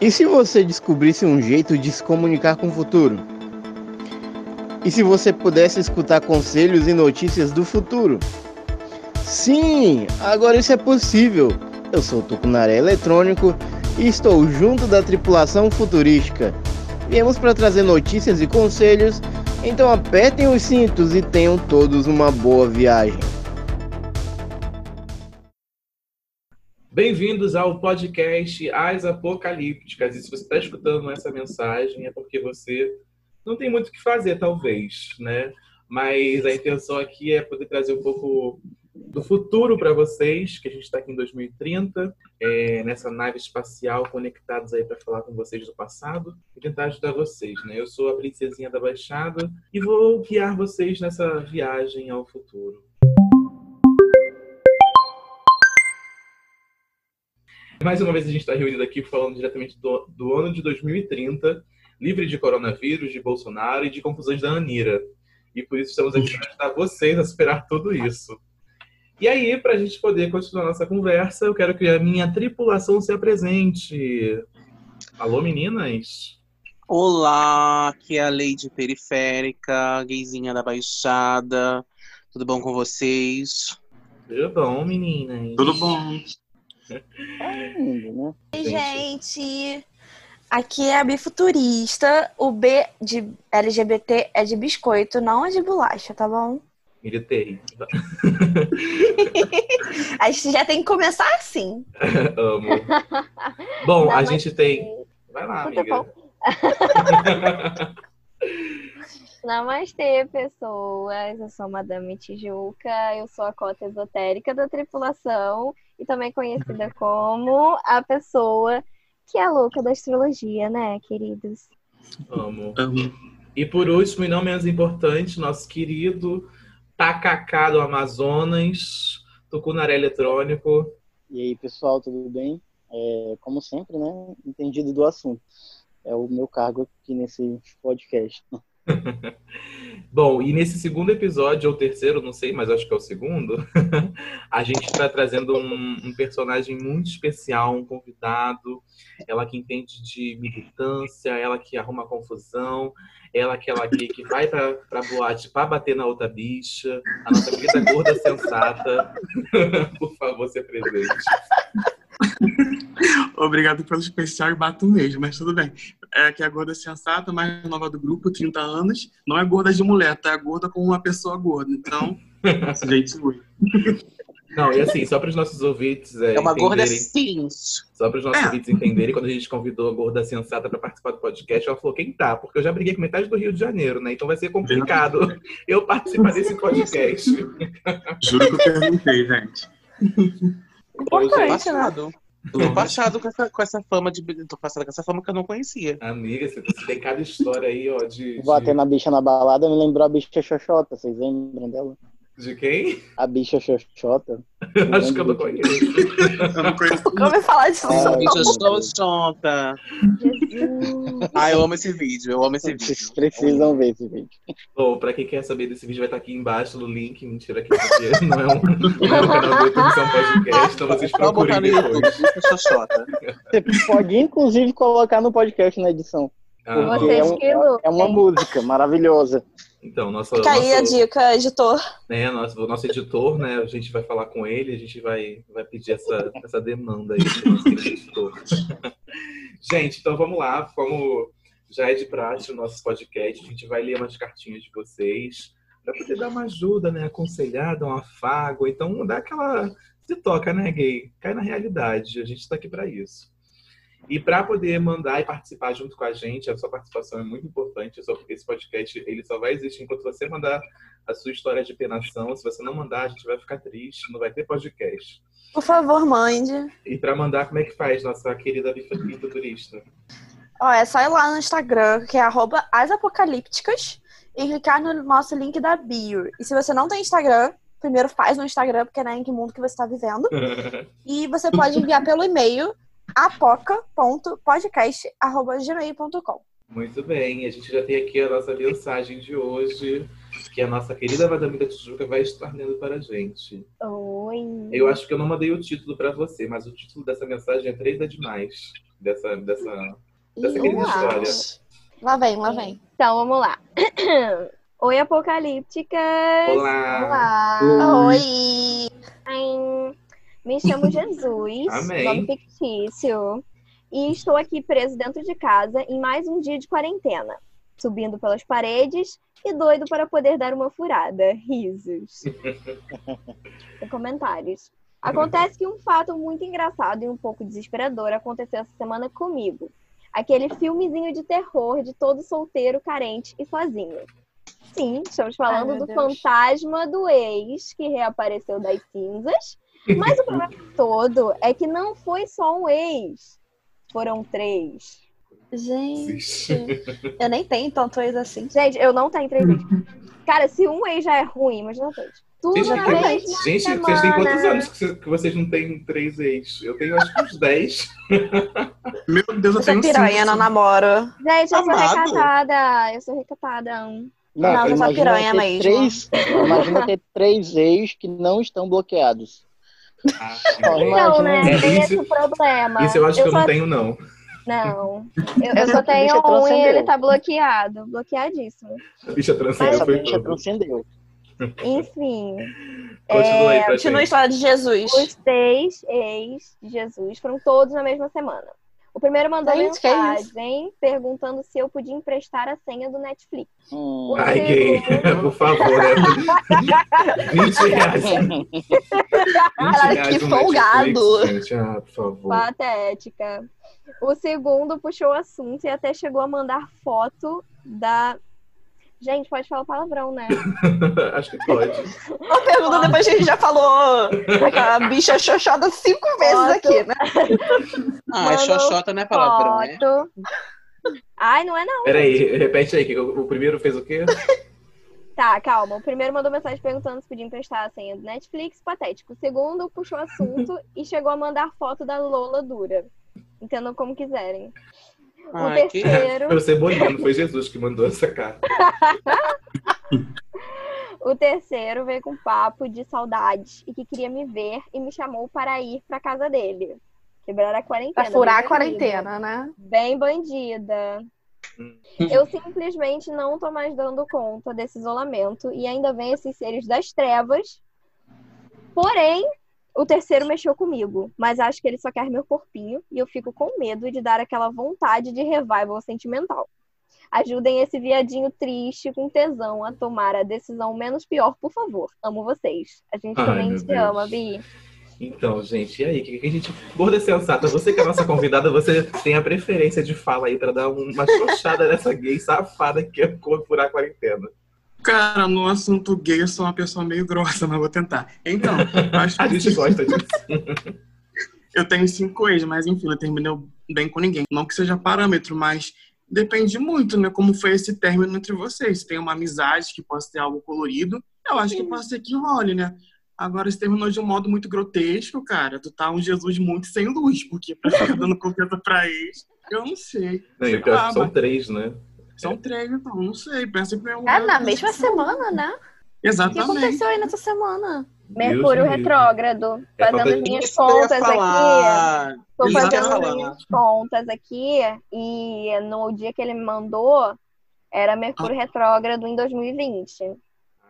E se você descobrisse um jeito de se comunicar com o futuro? E se você pudesse escutar conselhos e notícias do futuro? Sim, agora isso é possível. Eu sou o Tucunaré Eletrônico e estou junto da tripulação futurística. Viemos para trazer notícias e conselhos, então apertem os cintos e tenham todos uma boa viagem. Bem-vindos ao podcast As Apocalípticas. E se você está escutando essa mensagem, é porque você não tem muito o que fazer, talvez, né? Mas a intenção aqui é poder trazer um pouco do futuro para vocês, que a gente está aqui em 2030, é, nessa nave espacial, conectados aí para falar com vocês do passado e tentar ajudar vocês, né? Eu sou a princesinha da Baixada e vou guiar vocês nessa viagem ao futuro. Mais uma vez a gente está reunido aqui falando diretamente do, do ano de 2030, livre de coronavírus, de Bolsonaro e de confusões da Anira. E por isso estamos aqui para ajudar vocês a superar tudo isso. E aí, para a gente poder continuar nossa conversa, eu quero que a minha tripulação se apresente. Alô, meninas? Olá, aqui é a Lady Periférica, gayzinha da Baixada. Tudo bom com vocês? Tudo bom, meninas? Tudo bom. Oi, gente. Aqui é a bifuturista. O B de LGBT é de biscoito, não é de bolacha, tá bom? Militei. A gente já tem que começar assim. Amo. Bom, Não, a mas- gente tem. Vai lá, Muito amiga. Namastê, pessoas! Eu sou a Madame Tijuca, eu sou a cota esotérica da tripulação e também conhecida como a pessoa que é louca da astrologia, né, queridos? Amo. Amo. E por último, e não menos importante, nosso querido Tacacá do Amazonas, Tucunaré Eletrônico. E aí, pessoal, tudo bem? É, como sempre, né? Entendido do assunto. É o meu cargo aqui nesse podcast. Bom, e nesse segundo episódio, ou terceiro, não sei, mas acho que é o segundo, a gente está trazendo um, um personagem muito especial, um convidado, ela que entende de militância, ela que arruma confusão, ela aquela aqui que vai pra, pra boate pra bater na outra bicha, a nossa querida gorda sensata. Por favor, se apresente. Obrigado pelo especial e bato mesmo, mas tudo bem. É que a gorda sensata, mais nova do grupo, 30 anos, não é gorda de mulher, tá? É gorda como uma pessoa gorda. Então, gente, ui. Não, e assim, só para os nossos ouvintes é, É uma gorda entenderem- cinza. Só para os nossos É. ouvintes entenderem, quando a gente convidou a gorda sensata para participar do podcast, ela falou quem tá, porque eu já briguei com metade do Rio de Janeiro, né? Então vai ser complicado eu participar desse podcast. Juro que eu perguntei, gente. Eu tô né? Importante, passado. Tô passado com essa, com essa fama de. Tô passada com essa fama que eu não conhecia. Amiga, você você tem cada história aí, ó, de, Bater na bicha na balada me lembrou a bicha Xoxota. Vocês lembram dela? de, de quem? A bicha Xoxota. Acho que eu não conheço. Eu não conheço. Como eu falar disso? Ah, Essa bicha não. só chonta. Jesus! Ah, eu amo esse vídeo, eu amo esse Vocês vídeo. precisam ver esse vídeo. Bom, para quem quer saber desse vídeo, vai estar aqui embaixo no link. Mentira, que porque não é um, não é um canal do YouTube, isso é um podcast, então vocês Só botar procurem no YouTube, depois. bicha xoxota. Você pode, inclusive, colocar no podcast na edição. Ah, Porque Vocês é, um- que lutem. é uma música maravilhosa. então, nossa. Fica aí a nosso- dica, editor. né, nosso, o nosso editor, né, a gente vai falar com ele, a gente vai, vai pedir essa, essa demanda aí do nosso editor. gente, então vamos lá, como já é de prática o nosso podcast, a gente vai ler umas cartinhas de vocês para poder dar uma ajuda, né, aconselhar, dar um afago, então dar aquela se toca, né, gay, cai na realidade, a gente está aqui para isso. E para poder mandar e participar junto com a gente, a sua participação é muito importante. só- Esse podcast ele só vai existir enquanto você mandar a sua história de penação. Se você não mandar, a gente vai ficar triste, não vai ter podcast. Por favor, mande. E para mandar, como é que faz, nossa querida Bifa turista? Ó, é só ir lá no Instagram, que é arroba asapocalípticas, e clicar no nosso link da bio. E se você não tem Instagram, primeiro faz no Instagram, porque né, em que mundo que você está vivendo. E você pode enviar pelo e-mail apoca.podcast.gmail.com. Muito bem, a gente já tem aqui a nossa mensagem de hoje, que a nossa querida Madame da Tijuca vai estar lendo para a gente. Oi! Eu acho que eu não mandei o título para você, mas o título dessa mensagem é Três é Demais. dessa, dessa Dessa Ih, querida lá. história. Lá vem, lá vem. Então, vamos lá. Oi, Apocalípticas! Olá! Oi! Ai, Me chamo Jesus, Amém. nome fictício, e estou aqui preso dentro de casa em mais um dia de quarentena, subindo pelas paredes e doido para poder dar uma furada. Risos. Tem comentários. Acontece que um fato muito engraçado e um pouco desesperador aconteceu essa semana comigo. Aquele filmezinho de terror de todo solteiro, carente e sozinho. Sim, estamos falando meu do Deus. fantasma do ex que reapareceu das cinzas. Mas o problema todo é que não foi só um ex. Foram três. Gente, Existe. eu nem tenho tanto ex assim. Gente, eu não tenho três ex. Cara, se um ex já é ruim, imagina três. Tudo Gente, na tem- vez. Gente, vocês têm quantos anos que cê- que vocês não têm três ex? Eu tenho acho que uns 10. Meu Deus, eu Você é tenho piranha, não cinco. namoro. Gente, eu sou Amado. recatada. Eu sou recatada. hum. Não, você é imagina piranha ter mesmo. Três, imagina ter três ex que não estão bloqueados. Ah, Não, bem. mas- Então, né? É, Tem isso- esse problema. Isso eu acho que eu só... não tenho, não. Não. Eu, eu só Essa tenho bicha um e transcendeu. ele tá bloqueado. Bloqueadíssimo. A bicha transcendeu Essa foi bicha tudo. transcendeu. Enfim. Continua aí pra Continua é, a gente. história de Jesus. Os três ex de Jesus foram todos na mesma semana. O primeiro mandou Gente, que é mensagem perguntando se eu podia emprestar a senha do Netflix. Hum. Ai, gay, por favor, né? 20 reais. 20 Cara, que reais no folgado. Netflix, gente. Ah, por favor. Patética. O segundo puxou o assunto e até chegou a mandar foto da. Gente, pode falar palavrão, né? acho que pode. Uma pergunta depois que a gente já falou a bicha xoxoda cinco vezes aqui, né? Ah, é xoxota não é palavrão, né? foto. Ai, não é não. Peraí, repete aí. que O, o primeiro fez o quê? Tá, calma. O primeiro mandou mensagem perguntando se podia emprestar a senha do Netflix, patético. O segundo puxou assunto e chegou a mandar foto da Lola Dura. Entendam como quiserem. Ai, o que- terceiro, Foi o Cebolinha, não foi Jesus que mandou essa carta. o terceiro veio com papo de saudades e que queria me ver e me chamou para ir para casa dele. Quebrar a quarentena. Pra furar a bem quarentena, né? bandida. Bem bandida. Hum. Eu simplesmente não tô mais dando conta desse isolamento e ainda vem esses seres das trevas. Porém, o terceiro mexeu comigo, mas acho que ele só quer meu corpinho e eu fico com medo de dar aquela vontade de revival sentimental. Ajudem esse viadinho triste com tesão a tomar a decisão menos pior, por favor. Amo vocês. A gente Ai, também meu te Deus. ama, Bi. Então, gente, e aí? O que que a gente. Gorda sensata, você que é a nossa convidada, você tem a preferência de fala aí pra dar uma xoxada nessa gay safada que quer furar a quarentena. Cara, no assunto gay eu sou uma pessoa meio grossa, mas vou tentar. Então, eu acho A gente que gosta disso. eu tenho cinco ex, mas enfim, não terminei bem com ninguém. Não que seja parâmetro, mas depende muito, né? Como foi esse término entre vocês. Se tem uma amizade que possa ter algo colorido, eu acho que pode ser que role, né? Agora, se terminou de um modo muito grotesco, cara, tu tá um Jesus muito sem luz, porque pra ficar dando confiança pra ex, eu não sei. Não, e o pior é que Ah, são mas- três, né? São três, então, não sei. Pensa em primeiro É lugar. na mesma semana, né? O que Exatamente. aconteceu aí nessa semana? Mercúrio Deus me livre. retrógrado. É Fazendo falta as de- minhas Isso que eu ia contas aqui. falar. Tô Isso que eu ia fazendo as falar. minhas contas aqui e no dia que ele me mandou era Mercúrio retrógrado em 2020.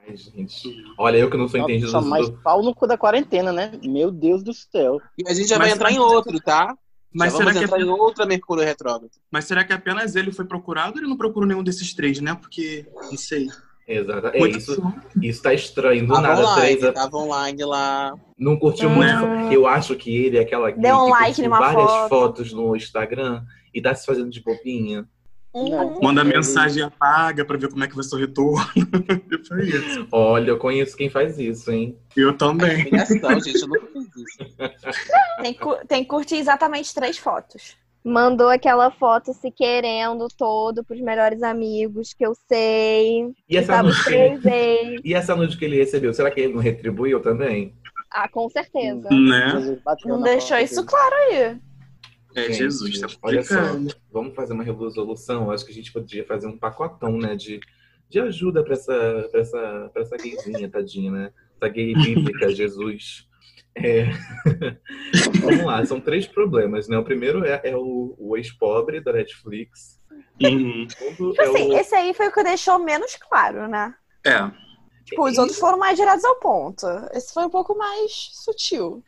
Ai, gente. Olha, eu que não sou entendido Só do. mais pau no cu da quarentena, né? Meu Deus do céu. E a gente já Mas vai entrar em será que- outro, tá? Mas já será vamos que é entrar em outra Mercúrio Retrógrado. Mas será que é apenas ele foi procurado ou ele não procurou nenhum desses três, né? Porque, não sei. Exato. É Muito isso. som. Isso tá estranho. Do Tava nada, online, três. a- tava online lá. Não curtiu Hum. muito. Eu acho que ele é aquela gay Deu um que like curtiu numa várias foto. fotos no Instagram e tá se fazendo de bobinha. Um, Não. Manda mensagem e apaga pra ver como é que vai ser o retorno. E Foi isso. Olha, eu conheço quem faz isso, hein? Eu também. Humilhação, gente, eu nunca fiz isso. Tem, que cu- tem que curtir exatamente três fotos. Mandou aquela foto se querendo todo pros melhores amigos que eu sei. E E essa, tava os nude que ele, três ex. e essa nude que ele recebeu, será que ele não retribuiu também? Ah, com certeza. Né? Jesus bateu Não na deixou porta isso dele. claro aí. É Gente, Jesus, tá olha só. complicado. Vamos fazer uma resolução? Acho que a gente poderia fazer um pacotão, né? De, de ajuda pra essa, pra, essa, pra essa gayzinha, tadinha, né? Essa gay bíblica, Jesus. É. Vamos lá, são três problemas, né? O primeiro é, é o, o ex-pobre da Netflix. Uhum. O segundo Tipo é assim, o... esse aí foi o que deixou menos claro, né? É. Tipo, os outros foram mais diretos ao ponto. Esse foi um pouco mais sutil.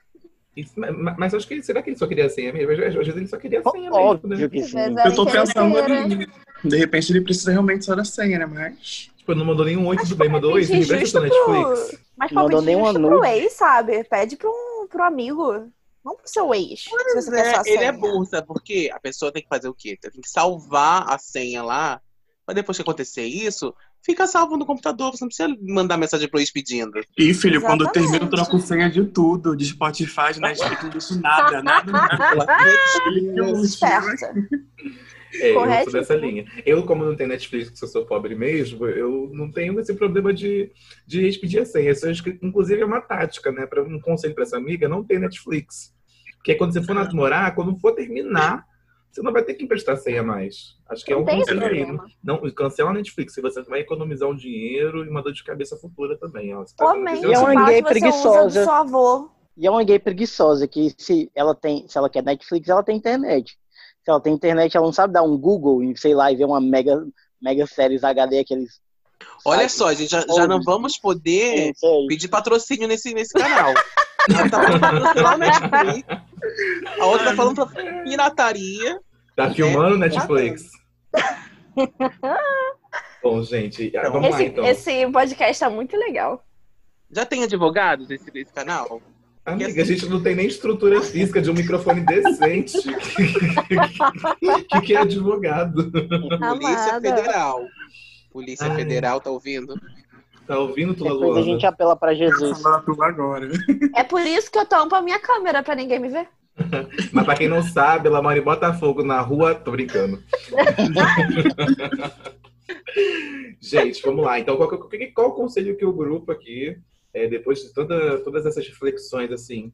Isso, ma- ma- mas acho que será que ele só queria a senha mesmo? Às vezes às vezes ele só queria a senha mesmo, né? Óbvio que Às sim. vezes ela Eu tô quer pensando ser, né? ali. De repente ele precisa realmente só da senha, né? Mas. Tipo, não mandou nenhum oi, tudo bem, mandou oi, Pede você me presta justo da pro... Netflix. Mas Mandou palpite nem uma justo pro nude. ex, sabe? Pede pro, um, pro amigo. Não pro seu ex, se você der sua É, ele é senha. burro, sabe por quê? A pessoa tem que fazer o quê? Tem que salvar a senha lá, pra depois que acontecer isso, fica salvo no computador. Você não precisa mandar mensagem pro ex pedindo. Ih, filho, quando eu Exatamente. termino, eu troco senha de tudo, de Spotify, de Netflix, não deixo nada, nada, nada. Ela- Ele É. que útil, né? Esperta. É, eu sou Corretíssimo. dessa linha. Eu, como não tenho Netflix, que eu sou pobre mesmo, eu não tenho esse problema de, de expedir a senha. Isso, eu acho que, inclusive, é uma tática, né? Pra, um conselho pra essa amiga, não tem Netflix. Porque quando você for namorar, quando for terminar, você não vai ter que emprestar senha mais. Acho que é um Não tem esse conselho aí. problema. Não, cancela a Netflix, você vai economizar um dinheiro e uma dor de cabeça futura também. Ó. Você tá fazendo Homem, o E é isso- uma mal que gay você usa do preguiçosa. seu avô. E é uma gay preguiçosa que se ela tem, se ela quer Netflix, ela tem internet. Se ela tem internet, ela não sabe dar um Google e sei lá e ver uma mega mega séries HD aqueles. Olha sites, só, gente, já, já não vamos poder não sei. pedir patrocínio nesse, nesse canal. Ela tá falando pra cancelar o Netflix. A outra tá falando pra pirataria. Tá filmando Netflix? Bom, gente, ah, vamos lá Esse, então. esse podcast tá muito legal. Já tem advogados nesse, nesse canal? Amiga, a gente não tem nem estrutura física de um microfone decente. O que, que é advogado? Polícia Amada. Federal. Polícia Ai. Federal, tá ouvindo? Tá ouvindo, Tula Depois a gente Luana? apela pra Jesus. Falar tudo agora. É por isso que eu tampo a minha câmera pra ninguém me ver. Mas pra quem não sabe, ela mora em Botafogo, na rua. Tô brincando. gente, vamos lá. Então, qual, que- qual, que- qual o conselho que o grupo aqui, é, depois de toda, todas essas reflexões, assim,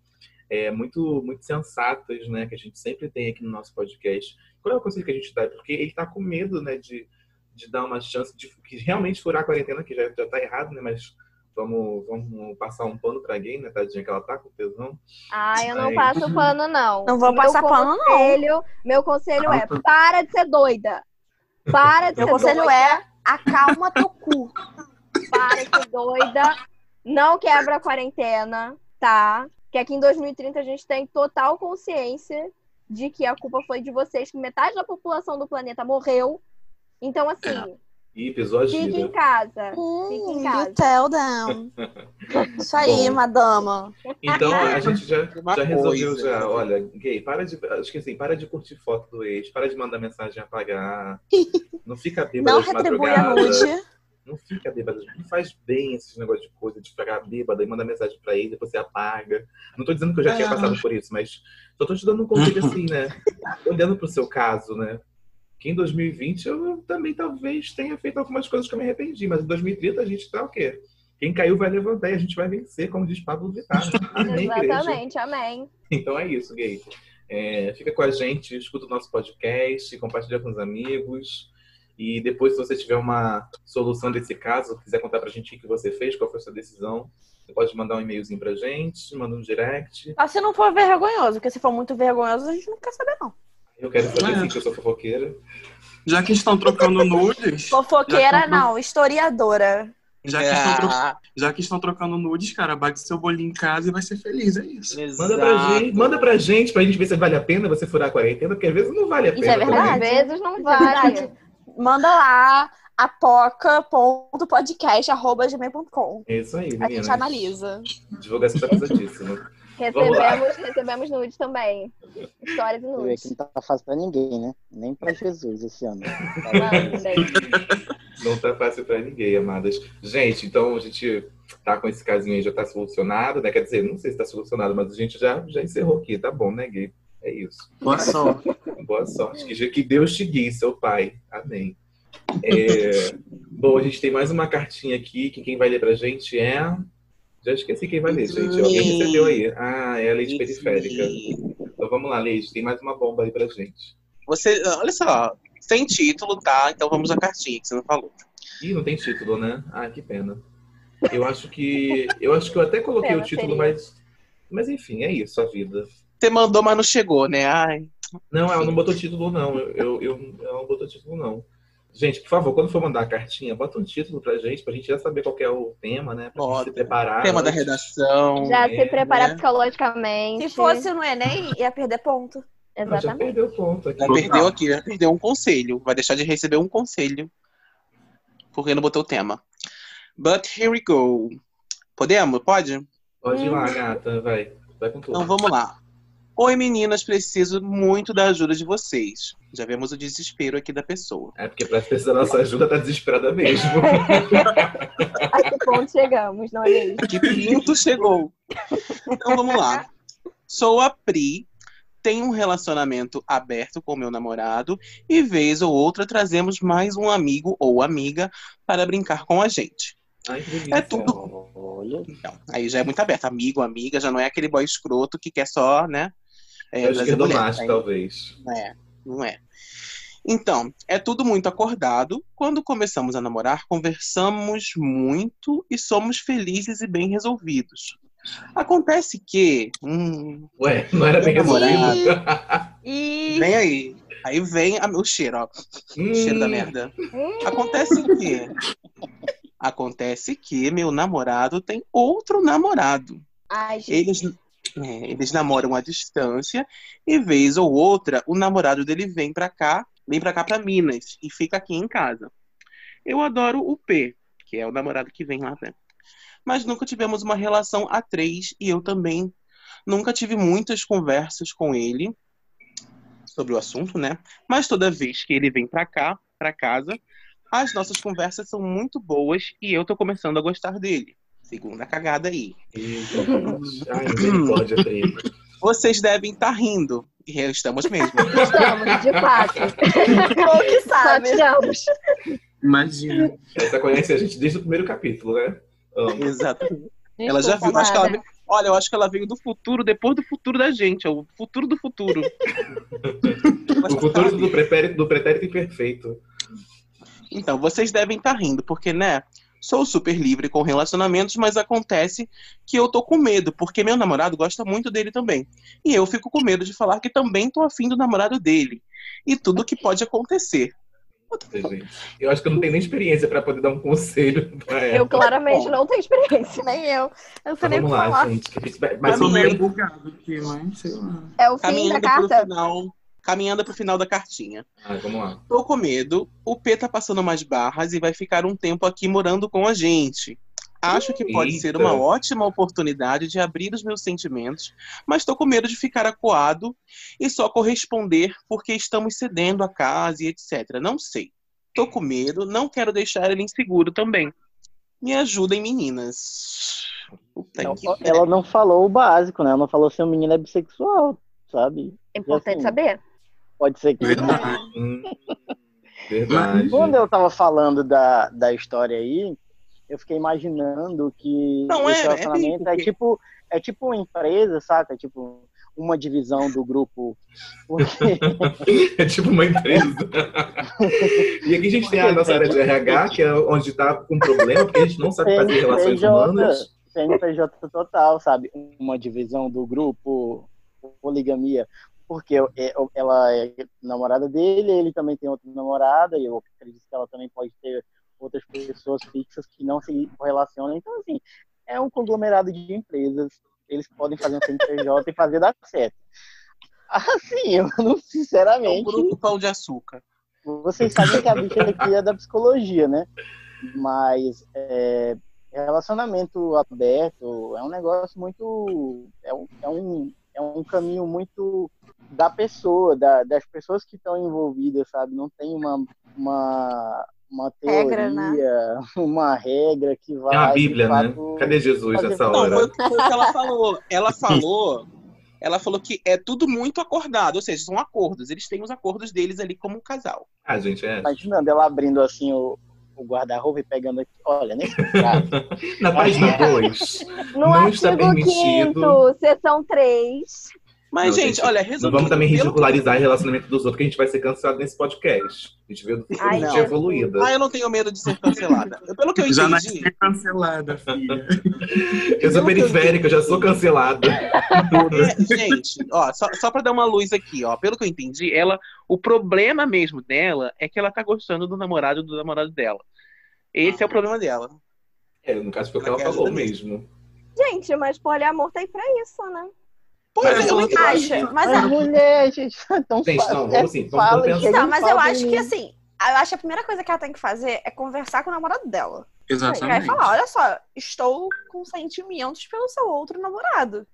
é, muito, muito sensatas, né, que a gente sempre tem aqui no nosso podcast, qual é o conselho que a gente dá? Porque ele tá com medo, né, de, de dar uma chance de que realmente furar a quarentena, que já, já tá errado, né, mas vamos, vamos passar um pano pra gay, né, tadinha, que ela tá com tesão. Ah, eu não Aí. passo pano, não. Não vou passar pano, não. não. Meu conselho é para de ser doida. Para de Meu ser conselho doida. é acalma teu cu. Para de ser doida. Não quebra a quarentena, tá? Que aqui em 2030 a gente tem total consciência de que a culpa foi de vocês, que metade da população do planeta morreu. Então, assim, Ih, pisou a fique em gíria. casa. Fique Hum, em casa. you tell them. Isso aí, Bom. madama. Então, Ah, é. a gente já, Uma já resolveu coisa. já. Olha, gay, para de. Acho que assim, para de curtir foto do ex, para de mandar mensagem apagar. Não fica bêbada Não de retribui a madrugada. nude. Não fica bêbada. Não faz bem esses negócios de coisa de ficar bêbada e mandar mensagem pra ele, depois você apaga. Não tô dizendo que eu já tinha Ah. passado por isso, mas só tô te dando um conselho assim, né? Olhando pro seu caso, né? Que em 2020 eu também talvez tenha feito algumas coisas que eu me arrependi, mas em 2030 a gente tá o quê? Quem caiu vai levantar e a gente vai vencer, como diz Pablo Vittar. né? Amém, igreja. Exatamente, amém. Então é isso, gay. É, fica com a gente, escuta o nosso podcast, compartilha com os amigos. E depois, se você tiver uma solução desse caso, quiser contar pra gente o que você fez, qual foi a sua decisão, você pode mandar um e-mailzinho pra gente, manda um direct. Mas Ah, se não for vergonhoso, porque se for muito vergonhoso, a gente não quer saber, não. Eu quero saber Ah. sim que eu sou fofoqueira. Já que estão trocando nudes, Fofoqueira, não. Historiadora. já que estão, tro- Ah, já que estão trocando nudes, cara, bate seu bolinho em casa e vai ser feliz, é isso. Manda pra exato. gente, manda pra gente, pra gente ver se vale a pena você furar a quarentena, porque às vezes não vale a Isso pena. é verdade. Às vezes não Isso é vale. verdade. Manda lá apoca.podcast.gmail.com. É isso aí, A meninas. gente analisa. Divulgação tá pesadíssima. Vamos lá. Recebemos, recebemos nudes também. Histórias e Você vê nudes. que não tá fácil pra ninguém, né? Nem pra Jesus esse ano. Não, gente. Não tá fácil pra ninguém, amadas. Gente, então a gente tá com esse casinho aí, já tá solucionado, né? Quer dizer, não sei se tá solucionado, mas a gente já, já encerrou aqui, tá bom, né, Gui? É isso. Boa sorte. Boa sorte. Que, que Deus te guie, seu pai. Amém. É, bom, a gente tem mais uma cartinha aqui, que quem vai ler pra gente é. Já esqueci quem vai ler, gente. Alguém recebeu aí. Ah, é a Leide Periférica. Então vamos lá, Leide, tem mais uma bomba aí pra gente. Você, olha só, sem título, tá? Então vamos à cartinha que você não falou. Ih, não tem título, né? Ah, que pena. Eu acho que. Eu acho que eu até coloquei Pena, o título, seria. mas. Mas enfim, é isso a vida. Você mandou, mas não chegou, né? Ai. Não, ela não botou título, não. Eu, eu, eu- ela não botou título, não. Gente, por favor, quando for mandar a cartinha, bota um título pra gente, pra gente já saber qual que é o tema, né? Pra gente Bota. se preparar. tema da antes. redação. Já né? se preparar Né? psicologicamente. Se fosse no Enem, ia perder ponto. Ela já Exatamente. perdeu o ponto aqui. Já perdeu aqui, já perdeu um conselho. Vai deixar de receber um conselho. Porque não botou o tema. But here we go. Podemos? Pode? Pode ir lá, gata, vai. Vai com tudo. Então vamos lá. Oi meninas, preciso muito da ajuda de vocês. Já vemos o desespero aqui da pessoa. É porque pra precisar da nossa ajuda, tá desesperada mesmo. A que ponto chegamos, não é mesmo? Que pinto chegou. Então vamos lá. Sou a Pri, tenho um relacionamento aberto com meu namorado e vez ou outra trazemos mais um amigo ou amiga para brincar com a gente. Ai, que delícia. É tudo. Olha, Então, aí já é muito aberto. Amigo, amiga, já não é aquele boy escroto que quer só, né? é, É o trazer esquerdo mulher. macho, Aí talvez. Não é, não é. Então, é tudo muito acordado. Quando começamos a namorar, conversamos muito e somos felizes e bem resolvidos. Acontece que. hum, Ué, não era bem assim? Namorado. resolvido. E vem aí. Aí vem a- o cheiro, ó. Hum. O cheiro da merda. Acontece que. Acontece que meu namorado tem outro namorado. Ai, gente. Eles, é, eles namoram à distância e vez ou outra o namorado dele vem pra cá, vem para cá pra Minas e fica aqui em casa. Eu adoro o P, que é o namorado que vem lá, né? Mas nunca tivemos uma relação a três e eu também nunca tive muitas conversas com ele sobre o assunto, né? Mas toda vez que ele vem pra cá, pra casa, as nossas conversas são muito boas e eu tô começando a gostar dele. Segunda cagada aí. Eita, gente. Ai, misericórdia, Pri. Vocês devem estar rindo. E é, estamos mesmo. Estamos, de fato. bom que Só sabe. tiramos. Imagina. Essa conhece a gente desde o primeiro capítulo, né? Amo. Exato. ela já viu. Desculpa, Acho que ela amada. veio- Olha, eu acho que ela veio do futuro, depois do futuro da gente. É o futuro do futuro. O futuro do pretérito, do pretérito imperfeito. Então, vocês devem estar rindo, porque, né? Sou super livre com relacionamentos, mas acontece que eu tô com medo, porque meu namorado gosta muito dele também. E eu fico com medo de falar que também tô afim do namorado dele. E tudo que pode acontecer. Gente. Eu acho que eu não tenho nem experiência pra poder dar um conselho pra ela. Eu claramente não tenho experiência. Nem eu. Eu não Mas sei nem o Então, vamos que lá, falar. gente. que a gente vai- Mas Mas sou Caminhando. meio bugado aqui, mas sei lá. É o fim da Caminhando pro carta? final, caminhando pro final da cartinha. Ah, vamos lá. Tô com medo. O P tá passando umas barras e vai ficar um tempo aqui morando com a gente. Acho que pode Eita. ser uma ótima oportunidade de abrir os meus sentimentos, mas tô com medo de ficar acuado e só corresponder porque estamos cedendo a casa e etc. Não sei. Tô com medo, não quero deixar ele inseguro também. Me ajudem, meninas. Puta Não, que Então, ela não falou o básico, né? Ela não falou se o menino é bissexual, sabe? É importante Assim, saber. Pode ser que. Verdade. Hum. Verdade. Quando eu tava falando da, da história aí, eu fiquei imaginando que Não, esse é- é bem relacionamento é, porque- tipo é tipo uma empresa, saca? É tipo uma divisão do grupo. Porque- É tipo uma empresa. e aqui a gente tem a nossa área de RH, que é onde tá com problema, porque a gente não sabe fazer relações PJ. humanas. CNPJ total, sabe? Uma divisão do grupo, poligamia. Porque eu- eu- ela é namorada dele, ele também tem outra namorada, e eu acredito que ela também pode ter outras pessoas fixas que não se relacionam. Então, assim, é um conglomerado de empresas. Eles podem fazer um CNPJ e fazer dar certo. Assim, eu não, é um sinceramente, grupo pão de açúcar. vocês sabem que a bicha aqui é da psicologia, né? Mas é, relacionamento aberto é um negócio muito. É um, é um, é um caminho muito da pessoa, da- das pessoas que estão envolvidas, sabe? Não tem uma, uma, uma teoria, Regra, né? uma regra que vai. É uma Bíblia, de né? fato, Cadê Jesus fazer- nessa Não, Não, foi, hora? o que- foi o que ela falou. Ela falou. Ela falou que é tudo muito acordado, ou seja, são acordos. Eles têm os acordos deles ali como um casal. Ah, gente, é. Imaginando ela abrindo assim o, o guarda-roupa e pegando aqui. Olha, nesse caso. Na página 2. No Não está artigo permitido. 5 seção 3, Mas, Não, gente, gente, olha, Não resumindo. vamos também pelo- ridicularizar o relacionamento dos outros, que a gente vai ser cansado nesse podcast. A gente veio do futuro Ai, de não. evoluída. Ah, eu não tenho medo de ser cancelada. Pelo que eu Já entendi, nasci cancelada, filha. Eu sou periférica, eu já sou cancelada. É, gente, ó, só, só pra dar uma luz aqui, ó. Pelo que eu entendi, ela, o problema mesmo dela é que ela tá gostando do namorado do namorado dela. Esse é o problema dela. É, no caso foi o que ela falou mesmo. Gente, mas poliamor tá aí pra isso, né? Pois Mas é, eu eu não acho- acho. Acha, mas As mulheres, gente, então Gente, fa- não, vamos sim, vamos fala, pensar. chega e Tá, mas eu fala pra acho mim. que assim, eu acho que a primeira coisa que ela tem que fazer é conversar com o namorado dela. Vai Exatamente. falar, olha só, estou com sentimentos pelo seu outro namorado.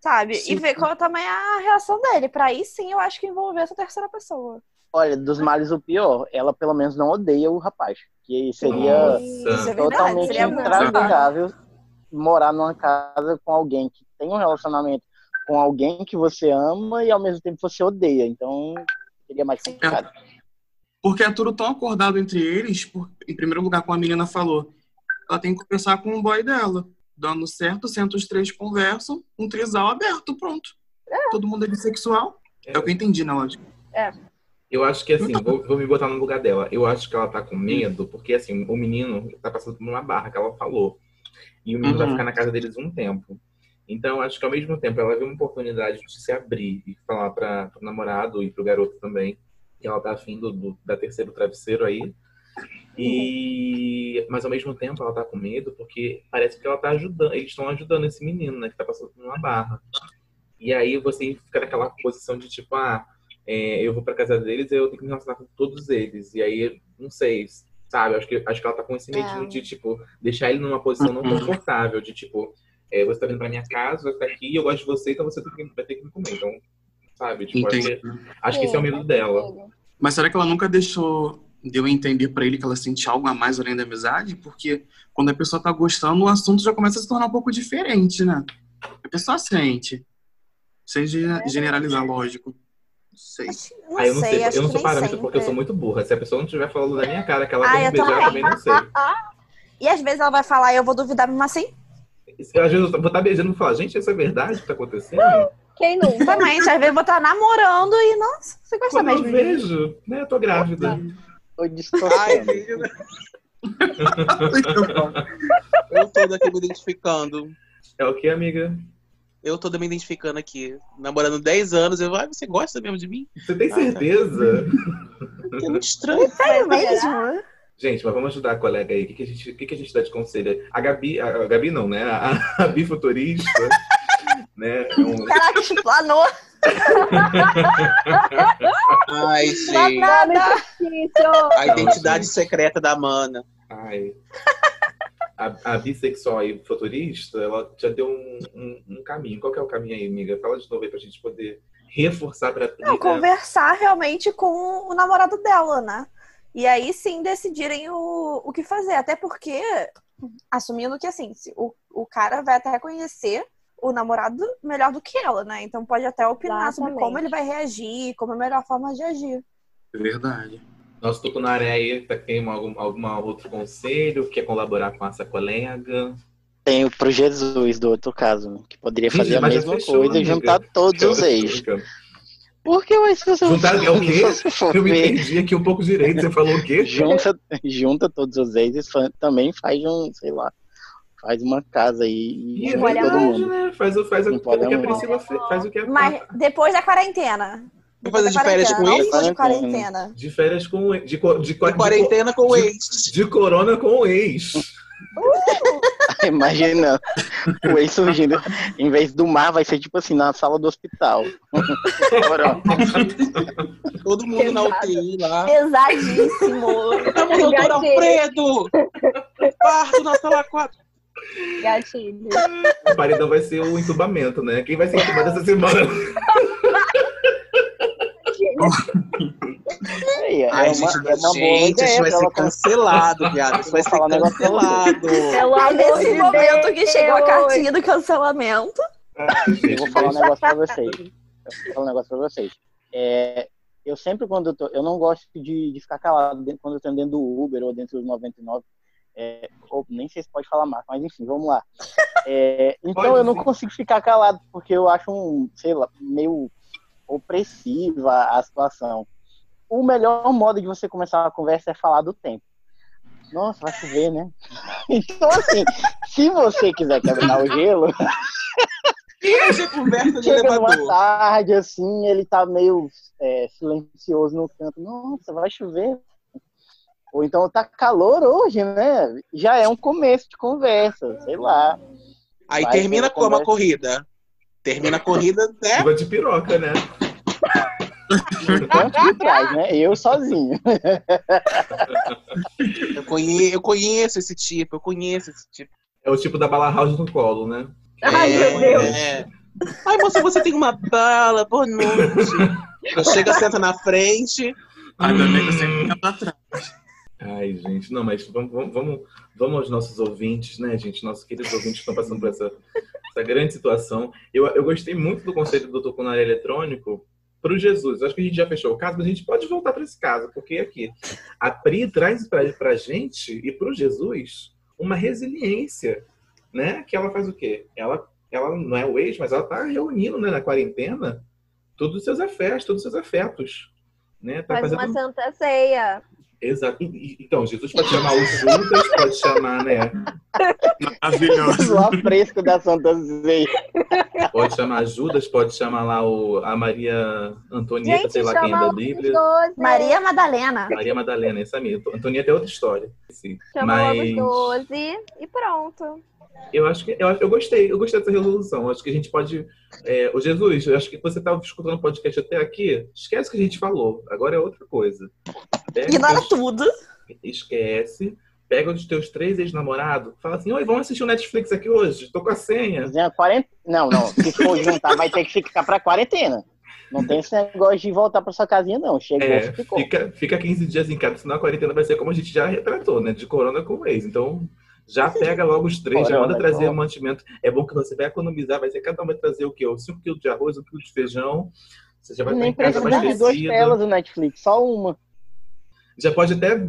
Sabe? E Sim. ver qual também é a reação dele. Pra aí sim eu acho que envolver essa terceira pessoa. Olha, dos males o pior, ela pelo menos não odeia o rapaz. Que seria Isso é Nossa. verdade. totalmente Seria muito bom. intragável morar numa casa com alguém que tem um relacionamento com alguém que você ama e ao mesmo tempo você odeia. Então seria mais É. complicado. Porque é tudo tão acordado entre eles, por- em primeiro lugar, como a menina falou, ela tem que conversar com o boy dela. Dando certo, senta os três conversam, um trisal aberto, pronto. Todo mundo é bissexual. É, o que eu entendi na lógica. Eu acho que assim, vou, vou me botar no lugar dela. Eu acho que ela tá com medo, porque assim, o menino tá passando por uma barra que ela falou. E o menino vai Uhum. ficar na casa deles um tempo. Então, eu acho que ao mesmo tempo ela viu uma oportunidade de se abrir e falar para o namorado e pro garoto também que ela tá afim do, do- da terceiro travesseiro aí. E mas ao mesmo tempo ela tá com medo porque parece que ela tá ajudando, eles estão ajudando esse menino, né, que tá passando por uma barra. E aí você fica naquela posição de tipo, ah, é, eu vou pra casa deles, eu tenho que me relacionar com todos eles. E aí, não sei, sabe? Acho que, acho que ela tá com esse medinho É. de, tipo, deixar ele numa posição não confortável, de tipo, é, você tá vindo pra minha casa, você tá aqui, eu gosto de você, então você tem que- vai ter que me comer. Então, sabe? Tipo, acho Entendi. que, acho que esse é o medo dela. Mas será que ela nunca deixou deu a entender pra ele que ela sente algo a mais além da amizade? Porque quando a pessoa tá gostando, o assunto já começa a se tornar um pouco diferente, né? A pessoa sente. Sem gene- É. generalizar, lógico. Não sei. Acho- não, Aí eu não sei, sei, acho eu não que sou nem parâmetro sempre. porque eu sou muito burra. Se a pessoa não estiver falando da minha cara que ela Ah, quer me eu beijar, eu também também. não sei. E às vezes ela vai falar e eu vou duvidar mesmo assim. Eu, às vezes eu vou estar beijando e vou falar, gente, isso é verdade que tá acontecendo? Quem nunca? Também, às vezes eu vou estar namorando e, nossa, você gosta Quando eu mesmo. de mim? vejo, né? Eu tô grávida. Tô Ai, distorcendo. menina. eu tô aqui me identificando. É o que, amiga? Eu tô me identificando aqui. Namorando 10 anos, eu, ai, você gosta mesmo de mim? Você tem certeza? Que é muito estranho. Sério mesmo? Gente, mas vamos ajudar a colega aí. O que, que, a, gente, o que, que a gente dá de conselho? A Gabi, a, a Gabi não, né? A, a Bi futurista, né? É um- Caraca, explanou Ai, gente. nada. Difícil. A identidade secreta da Mana. Ai. A, a bissexual e futurista, ela já deu um, um- um caminho. Qual que é o caminho aí, amiga? Fala de novo aí pra gente poder reforçar pra Não, É. conversar realmente com o namorado dela, né? E aí sim decidirem o, o que fazer. Até porque, assumindo que assim, se o, o cara vai até conhecer o namorado melhor do que ela, né? Então pode até opinar sobre Exatamente. como ele vai reagir, como é a melhor forma de agir. É verdade. Nosso tuco na areia aí, tá, tem algum alguma outro conselho? Quer colaborar com essa colega? Tenho pro Jesus do outro caso, né, que poderia Vixe, fazer a mas já mesma fechou, né? coisa e amiga. juntar todos os ex. Porque mas se você Juntar- é o quê? se você for Eu me ver, entendi aqui um pouco direito. Você falou o quê? junta, junta todos os ex e fa- também faz um, sei lá, faz uma casa aí Ih, e é reúne todo verdade, mundo. né? Faz, o- faz, o- Não faz o que a podemos. Priscila fez. Faz o que a Mas depois da quarentena. Vai fazer Depois da de férias quarentena, com não ele? só de Quarentena. quarentena. De férias com o ex. De, co- de, co- De quarentena com o de- ex. de corona com o ex. Imagina o ex surgindo. Em vez do mar, vai ser tipo assim, na sala do hospital. Ora, Todo mundo na Pesado. UTI lá. Pesadíssimo. Tamo no doutor Gatilho. Alfredo! Parto na sala 4. Gatilho. O paredão vai ser o entubamento, né? Quem vai ser entubado essa semana? aí, é Ai, uma, gente, é uma boa gente, ideia isso vai pra ser ela cancelado, viado. Isso vai ser Vou falar um negócio pra cancelado. Pelo É amor nesse de momento que Deus. chegou a cartinha do cancelamento. Ai, Eu vou gente, falar um negócio pra vocês. Eu vou falar um negócio pra vocês. É, eu sempre, quando eu tô. Eu não gosto de, de ficar calado dentro- quando eu tô dentro do Uber ou dentro do 99. É, ou- nem sei se pode falar marca, mas enfim, vamos lá. É, então Pode eu não sim. consigo ficar calado, porque eu acho um, sei lá, meio opressiva a situação. O melhor modo de você começar uma conversa é falar do tempo. Nossa, vai chover, né? Então, assim, se você quiser quebrar o gelo, Essa é conversa de Chega numa elevador. tarde, assim, ele tá meio é, silencioso no canto. Nossa, vai chover. Ou então tá calor hoje, né? Já é um começo de conversa, sei lá. Aí Vai, termina vai, como a conversa. corrida? Termina a corrida, né? Chuva É de piroca, né? Tanto de trás, né? Eu sozinho. Eu conhe- eu conheço esse tipo, eu conheço esse tipo. É o tipo da bala house no colo, né? Ai, É, meu Deus. é. Ai, moça, você tem uma bala, boa noite. Eu chego, senta na frente. Ainda bem que eu Hum. sempre fico atrás. Ai, gente, não, mas vamos, vamos- vamos, vamos aos nossos ouvintes, né, gente? Nossos queridos ouvintes que estão passando por essa, essa grande situação. Eu, eu gostei muito do conceito do Tucunaré eletrônico para o Jesus. Acho que a gente já fechou o caso, mas a gente pode voltar para esse caso, porque aqui a Pri traz para a gente e para o Jesus uma resiliência, né? Que ela faz o quê? Ela, ela não é o ex, mas ela está reunindo né, na quarentena todos os seus afetos, todos os seus afetos. Né? Tá Faz fazendo uma santa ceia. Exato. E- e- Então, Jesus pode chamar o Judas, pode chamar, né? Maravilhoso. O fresco da Santa Zé. Pode chamar Judas, pode chamar lá o, a Maria Antonieta, Gente, sei lá quem é da chama os Bíblia. doze. Maria Madalena. Maria Madalena, essa mesmo. Antonieta é outra história. Sim. Chama Mas logo os doze e pronto. eu acho que eu, eu gostei, eu gostei dessa resolução. Eu Acho que a gente pode. É, ô Jesus, eu acho que você estava escutando o podcast até aqui. Esquece o que a gente falou. Agora é outra coisa. Pega Ignora os teus- tudo. Esquece. Pega os teus três ex-namorados, fala assim, oi, vamos assistir o Netflix aqui hoje? Tô com a senha. Cozinha assim, quarenta- Não, não. Se for juntar, vai ter que ficar pra quarentena. Não tem esse negócio de voltar pra sua casinha, não. Chegou, É, ficou. fica, fica 15 dias em casa, senão a quarentena vai ser como a gente já retratou, né? De corona com o ex. Então, já pega logo os três, já Corona, manda trazer corona. mantimento. É bom que você vai economizar, vai ser cada um vai trazer o quê? 5 quilos de arroz, 1 quilo de feijão. Você já vai estar Nem em casa precisa de duas abastecido. telas do Netflix, só uma. Já pode até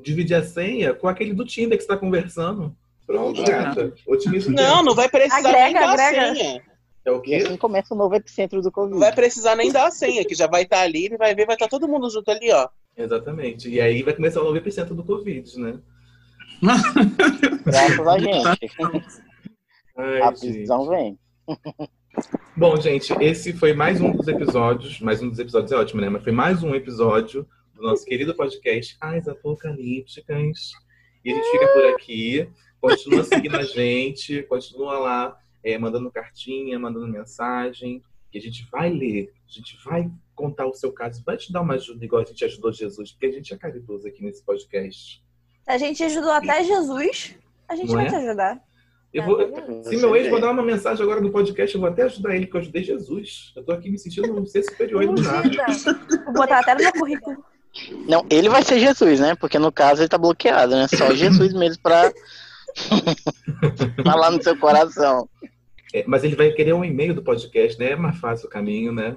dividir a senha com aquele do Tinder que você está conversando. Ah. Pronto, gata. Otimiza o Não, tempo. não vai precisar nem Agrega, dar agrega. senha. É o E quê? assim começa o novo epicentro do Covid. Não vai precisar nem dar senha, que já vai estar ali, ele vai ver, vai estar todo mundo junto ali, ó. Exatamente. E aí vai começar o 9% do Covid, né? Graças a gente. Ai, A É gente. prisão vem. Bom, gente, esse foi mais um dos episódios. Mais um dos episódios é ótimo, né? Mas foi mais um episódio do nosso querido podcast As Apocalípticas. E a gente fica por aqui. Continua seguindo a gente, continua lá eh, mandando cartinha, mandando mensagem. Que a gente vai ler, a gente vai contar o seu caso, vai te dar uma ajuda igual a gente ajudou Jesus, porque a gente é caridoso aqui nesse podcast. A gente ajudou até Jesus. A gente Não vai é? te ajudar. Eu vou, Tá Se meu ex Você vem. mandar uma mensagem agora no podcast, eu vou até ajudar ele, porque eu ajudei Jesus. Eu tô aqui me sentindo um ser superior do nada. Iludida. Vou botar até no meu currículo. Não, ele vai ser Jesus, né? Porque no caso ele tá bloqueado, né? Só Jesus mesmo pra falar no seu coração. É, mas ele vai querer um e-mail do podcast, né? É mais fácil o caminho, né?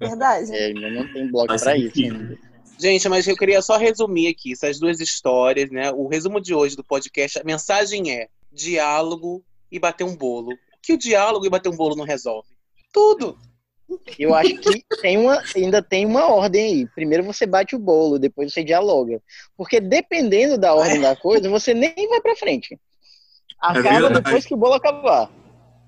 Verdade. É, ainda não tem bloco Vai ser pra isso. incrível. ainda. Gente, mas eu queria só resumir aqui essas duas histórias, né? O resumo de hoje do podcast, a mensagem é diálogo e bater um bolo. Que o diálogo e bater um bolo não resolve. Tudo. Eu acho que tem uma, ainda tem uma ordem aí. Primeiro você bate o bolo, depois você dialoga. Porque dependendo da ordem da coisa, você nem vai pra frente. Acaba verdade. depois que o bolo acabar.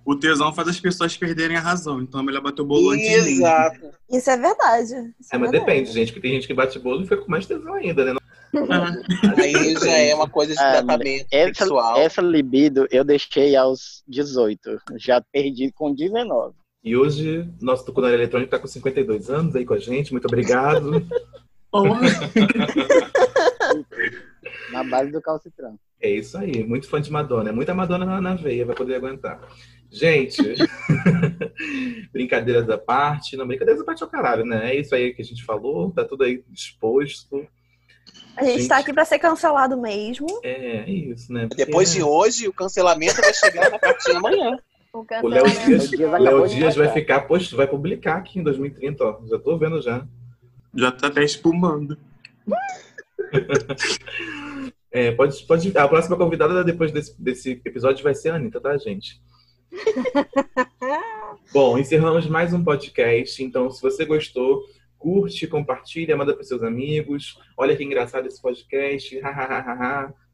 O tesão faz as pessoas perderem a razão, então é melhor bater o bolo antes de mim. Exato. Isso é verdade. Isso É, mas verdade. depende, gente, porque tem gente que bate bolo e fica com mais tesão ainda, né? Não- Aí já é uma coisa de Ah, tratamento Essa, sexual. essa libido eu deixei aos 18. Já perdi com 19. E hoje, nosso tucunaré eletrônico tá com 52 anos aí com a gente. Muito obrigado. Porra. Na base do calcitrão. é isso aí. Muito fã de Madonna. É muita Madonna na, na veia, vai poder aguentar. Gente, brincadeiras à parte. Não, brincadeiras à parte é o caralho, né? É isso aí que a gente falou. Tá tudo aí disposto. A gente tá aqui pra ser cancelado mesmo. É, é isso, né? Porque- Depois de hoje, o cancelamento vai chegar na partir amanhã. O O Léo cancelamento. Dias, Léo Dias é- acabou né, Léo de Dias vai marcar. ficar, post, vai publicar aqui em 2030, ó. Já tô vendo já. Já tá até espumando. É, pode, pode, a próxima convidada depois desse, desse episódio vai ser a Anitta, tá, gente? Bom, encerramos mais um podcast. Então, se você gostou, curte, compartilha, manda para seus amigos. Olha que engraçado esse podcast.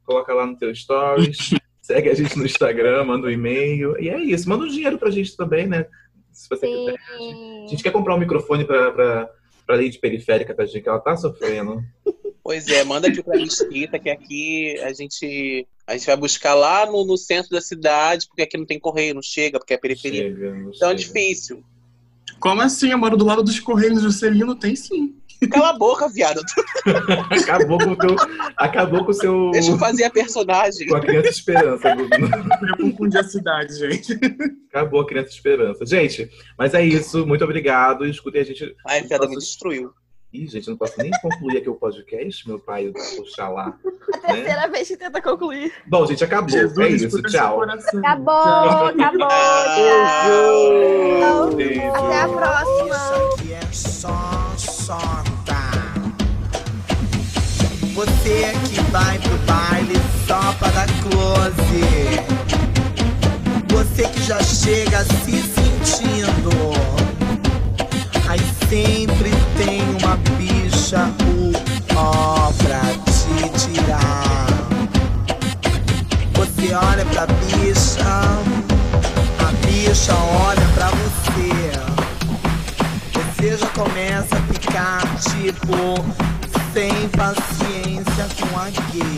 Coloca lá no teu stories. Segue a gente no Instagram, manda um e-mail. E é isso. Manda um dinheiro pra gente também, né? Se você quiser. A Sim. gente quer comprar um microfone pra, pra, pra Lady Periférica, tá, gente? Que ela tá sofrendo. Pois é, manda aqui pra gente escrita, que aqui a gente, a gente vai buscar lá no, no centro da cidade, porque aqui não tem correio, não chega, porque é periferia. Chega, não Então chega. é difícil. Como assim? Eu moro do lado dos Correios Juscelino, tem sim. Cala a boca, viado. Acabou com o teu. Acabou com o seu. Deixa eu fazer a personagem. Com a criança esperança, Bruno. Eu confundi a cidade, gente. Acabou a criança esperança. Gente, mas é isso. Muito obrigado. Escutem a gente. Ai, viado, me destruiu. Ih, gente, eu não posso nem concluir aqui o podcast, meu pai, puxar lá. né? A terceira vez que tenta concluir. Bom, gente, acabou. é isso. escuta seu Tchau. coração. Tá Acabou, acabou. Ah, Tchau. Tchau. Beijo. Até a próxima. Isso aqui é só sonda. Você é que vai pro baile só para close. Você que já chega se sentindo. Aí sempre tem uma bicha ou ó pra te tirar. Você olha pra bicha, a bicha olha pra você você já começa a ficar tipo sem paciência com a gay.